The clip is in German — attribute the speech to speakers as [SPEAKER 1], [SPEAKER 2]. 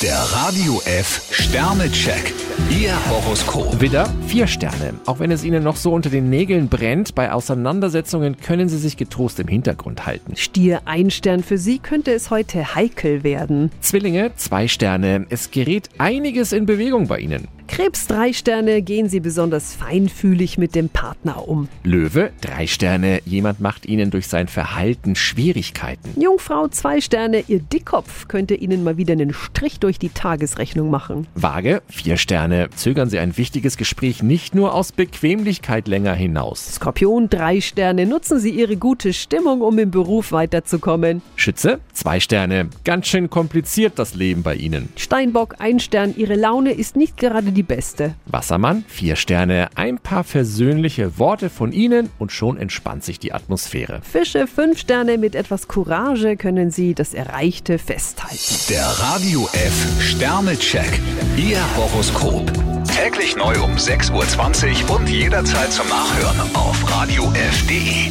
[SPEAKER 1] Der Radio F Sternecheck. Ihr Horoskop.
[SPEAKER 2] Widder, vier Sterne. Auch wenn es Ihnen noch so unter den Nägeln brennt, bei Auseinandersetzungen können Sie sich getrost im Hintergrund halten.
[SPEAKER 3] Stier, ein Stern für Sie könnte es heute heikel werden.
[SPEAKER 2] Zwillinge, zwei Sterne. Es gerät einiges in Bewegung bei Ihnen.
[SPEAKER 3] Krebs, drei Sterne, gehen Sie besonders feinfühlig mit dem Partner um.
[SPEAKER 2] Löwe, drei Sterne. Jemand macht Ihnen durch sein Verhalten Schwierigkeiten.
[SPEAKER 3] Jungfrau, zwei Sterne, Ihr Dickkopf könnte Ihnen mal wieder einen Strich durch die Tagesrechnung machen.
[SPEAKER 2] Waage, vier Sterne. Zögern Sie ein wichtiges Gespräch nicht nur aus Bequemlichkeit länger hinaus.
[SPEAKER 3] Skorpion, drei Sterne, nutzen Sie Ihre gute Stimmung, um im Beruf weiterzukommen.
[SPEAKER 2] Schütze, zwei Sterne. Ganz schön kompliziert das Leben bei Ihnen.
[SPEAKER 3] Steinbock, ein Stern, Ihre Laune ist nicht gerade die beste.
[SPEAKER 2] Wassermann, vier Sterne. Ein paar versöhnliche Worte von Ihnen und schon entspannt sich die Atmosphäre.
[SPEAKER 3] Fische, fünf Sterne, mit etwas Courage können Sie das Erreichte festhalten.
[SPEAKER 1] Der Radio F Sternecheck. Ihr Horoskop. Täglich neu um 6.20 Uhr und jederzeit zum Nachhören auf Radio E. radiof.de.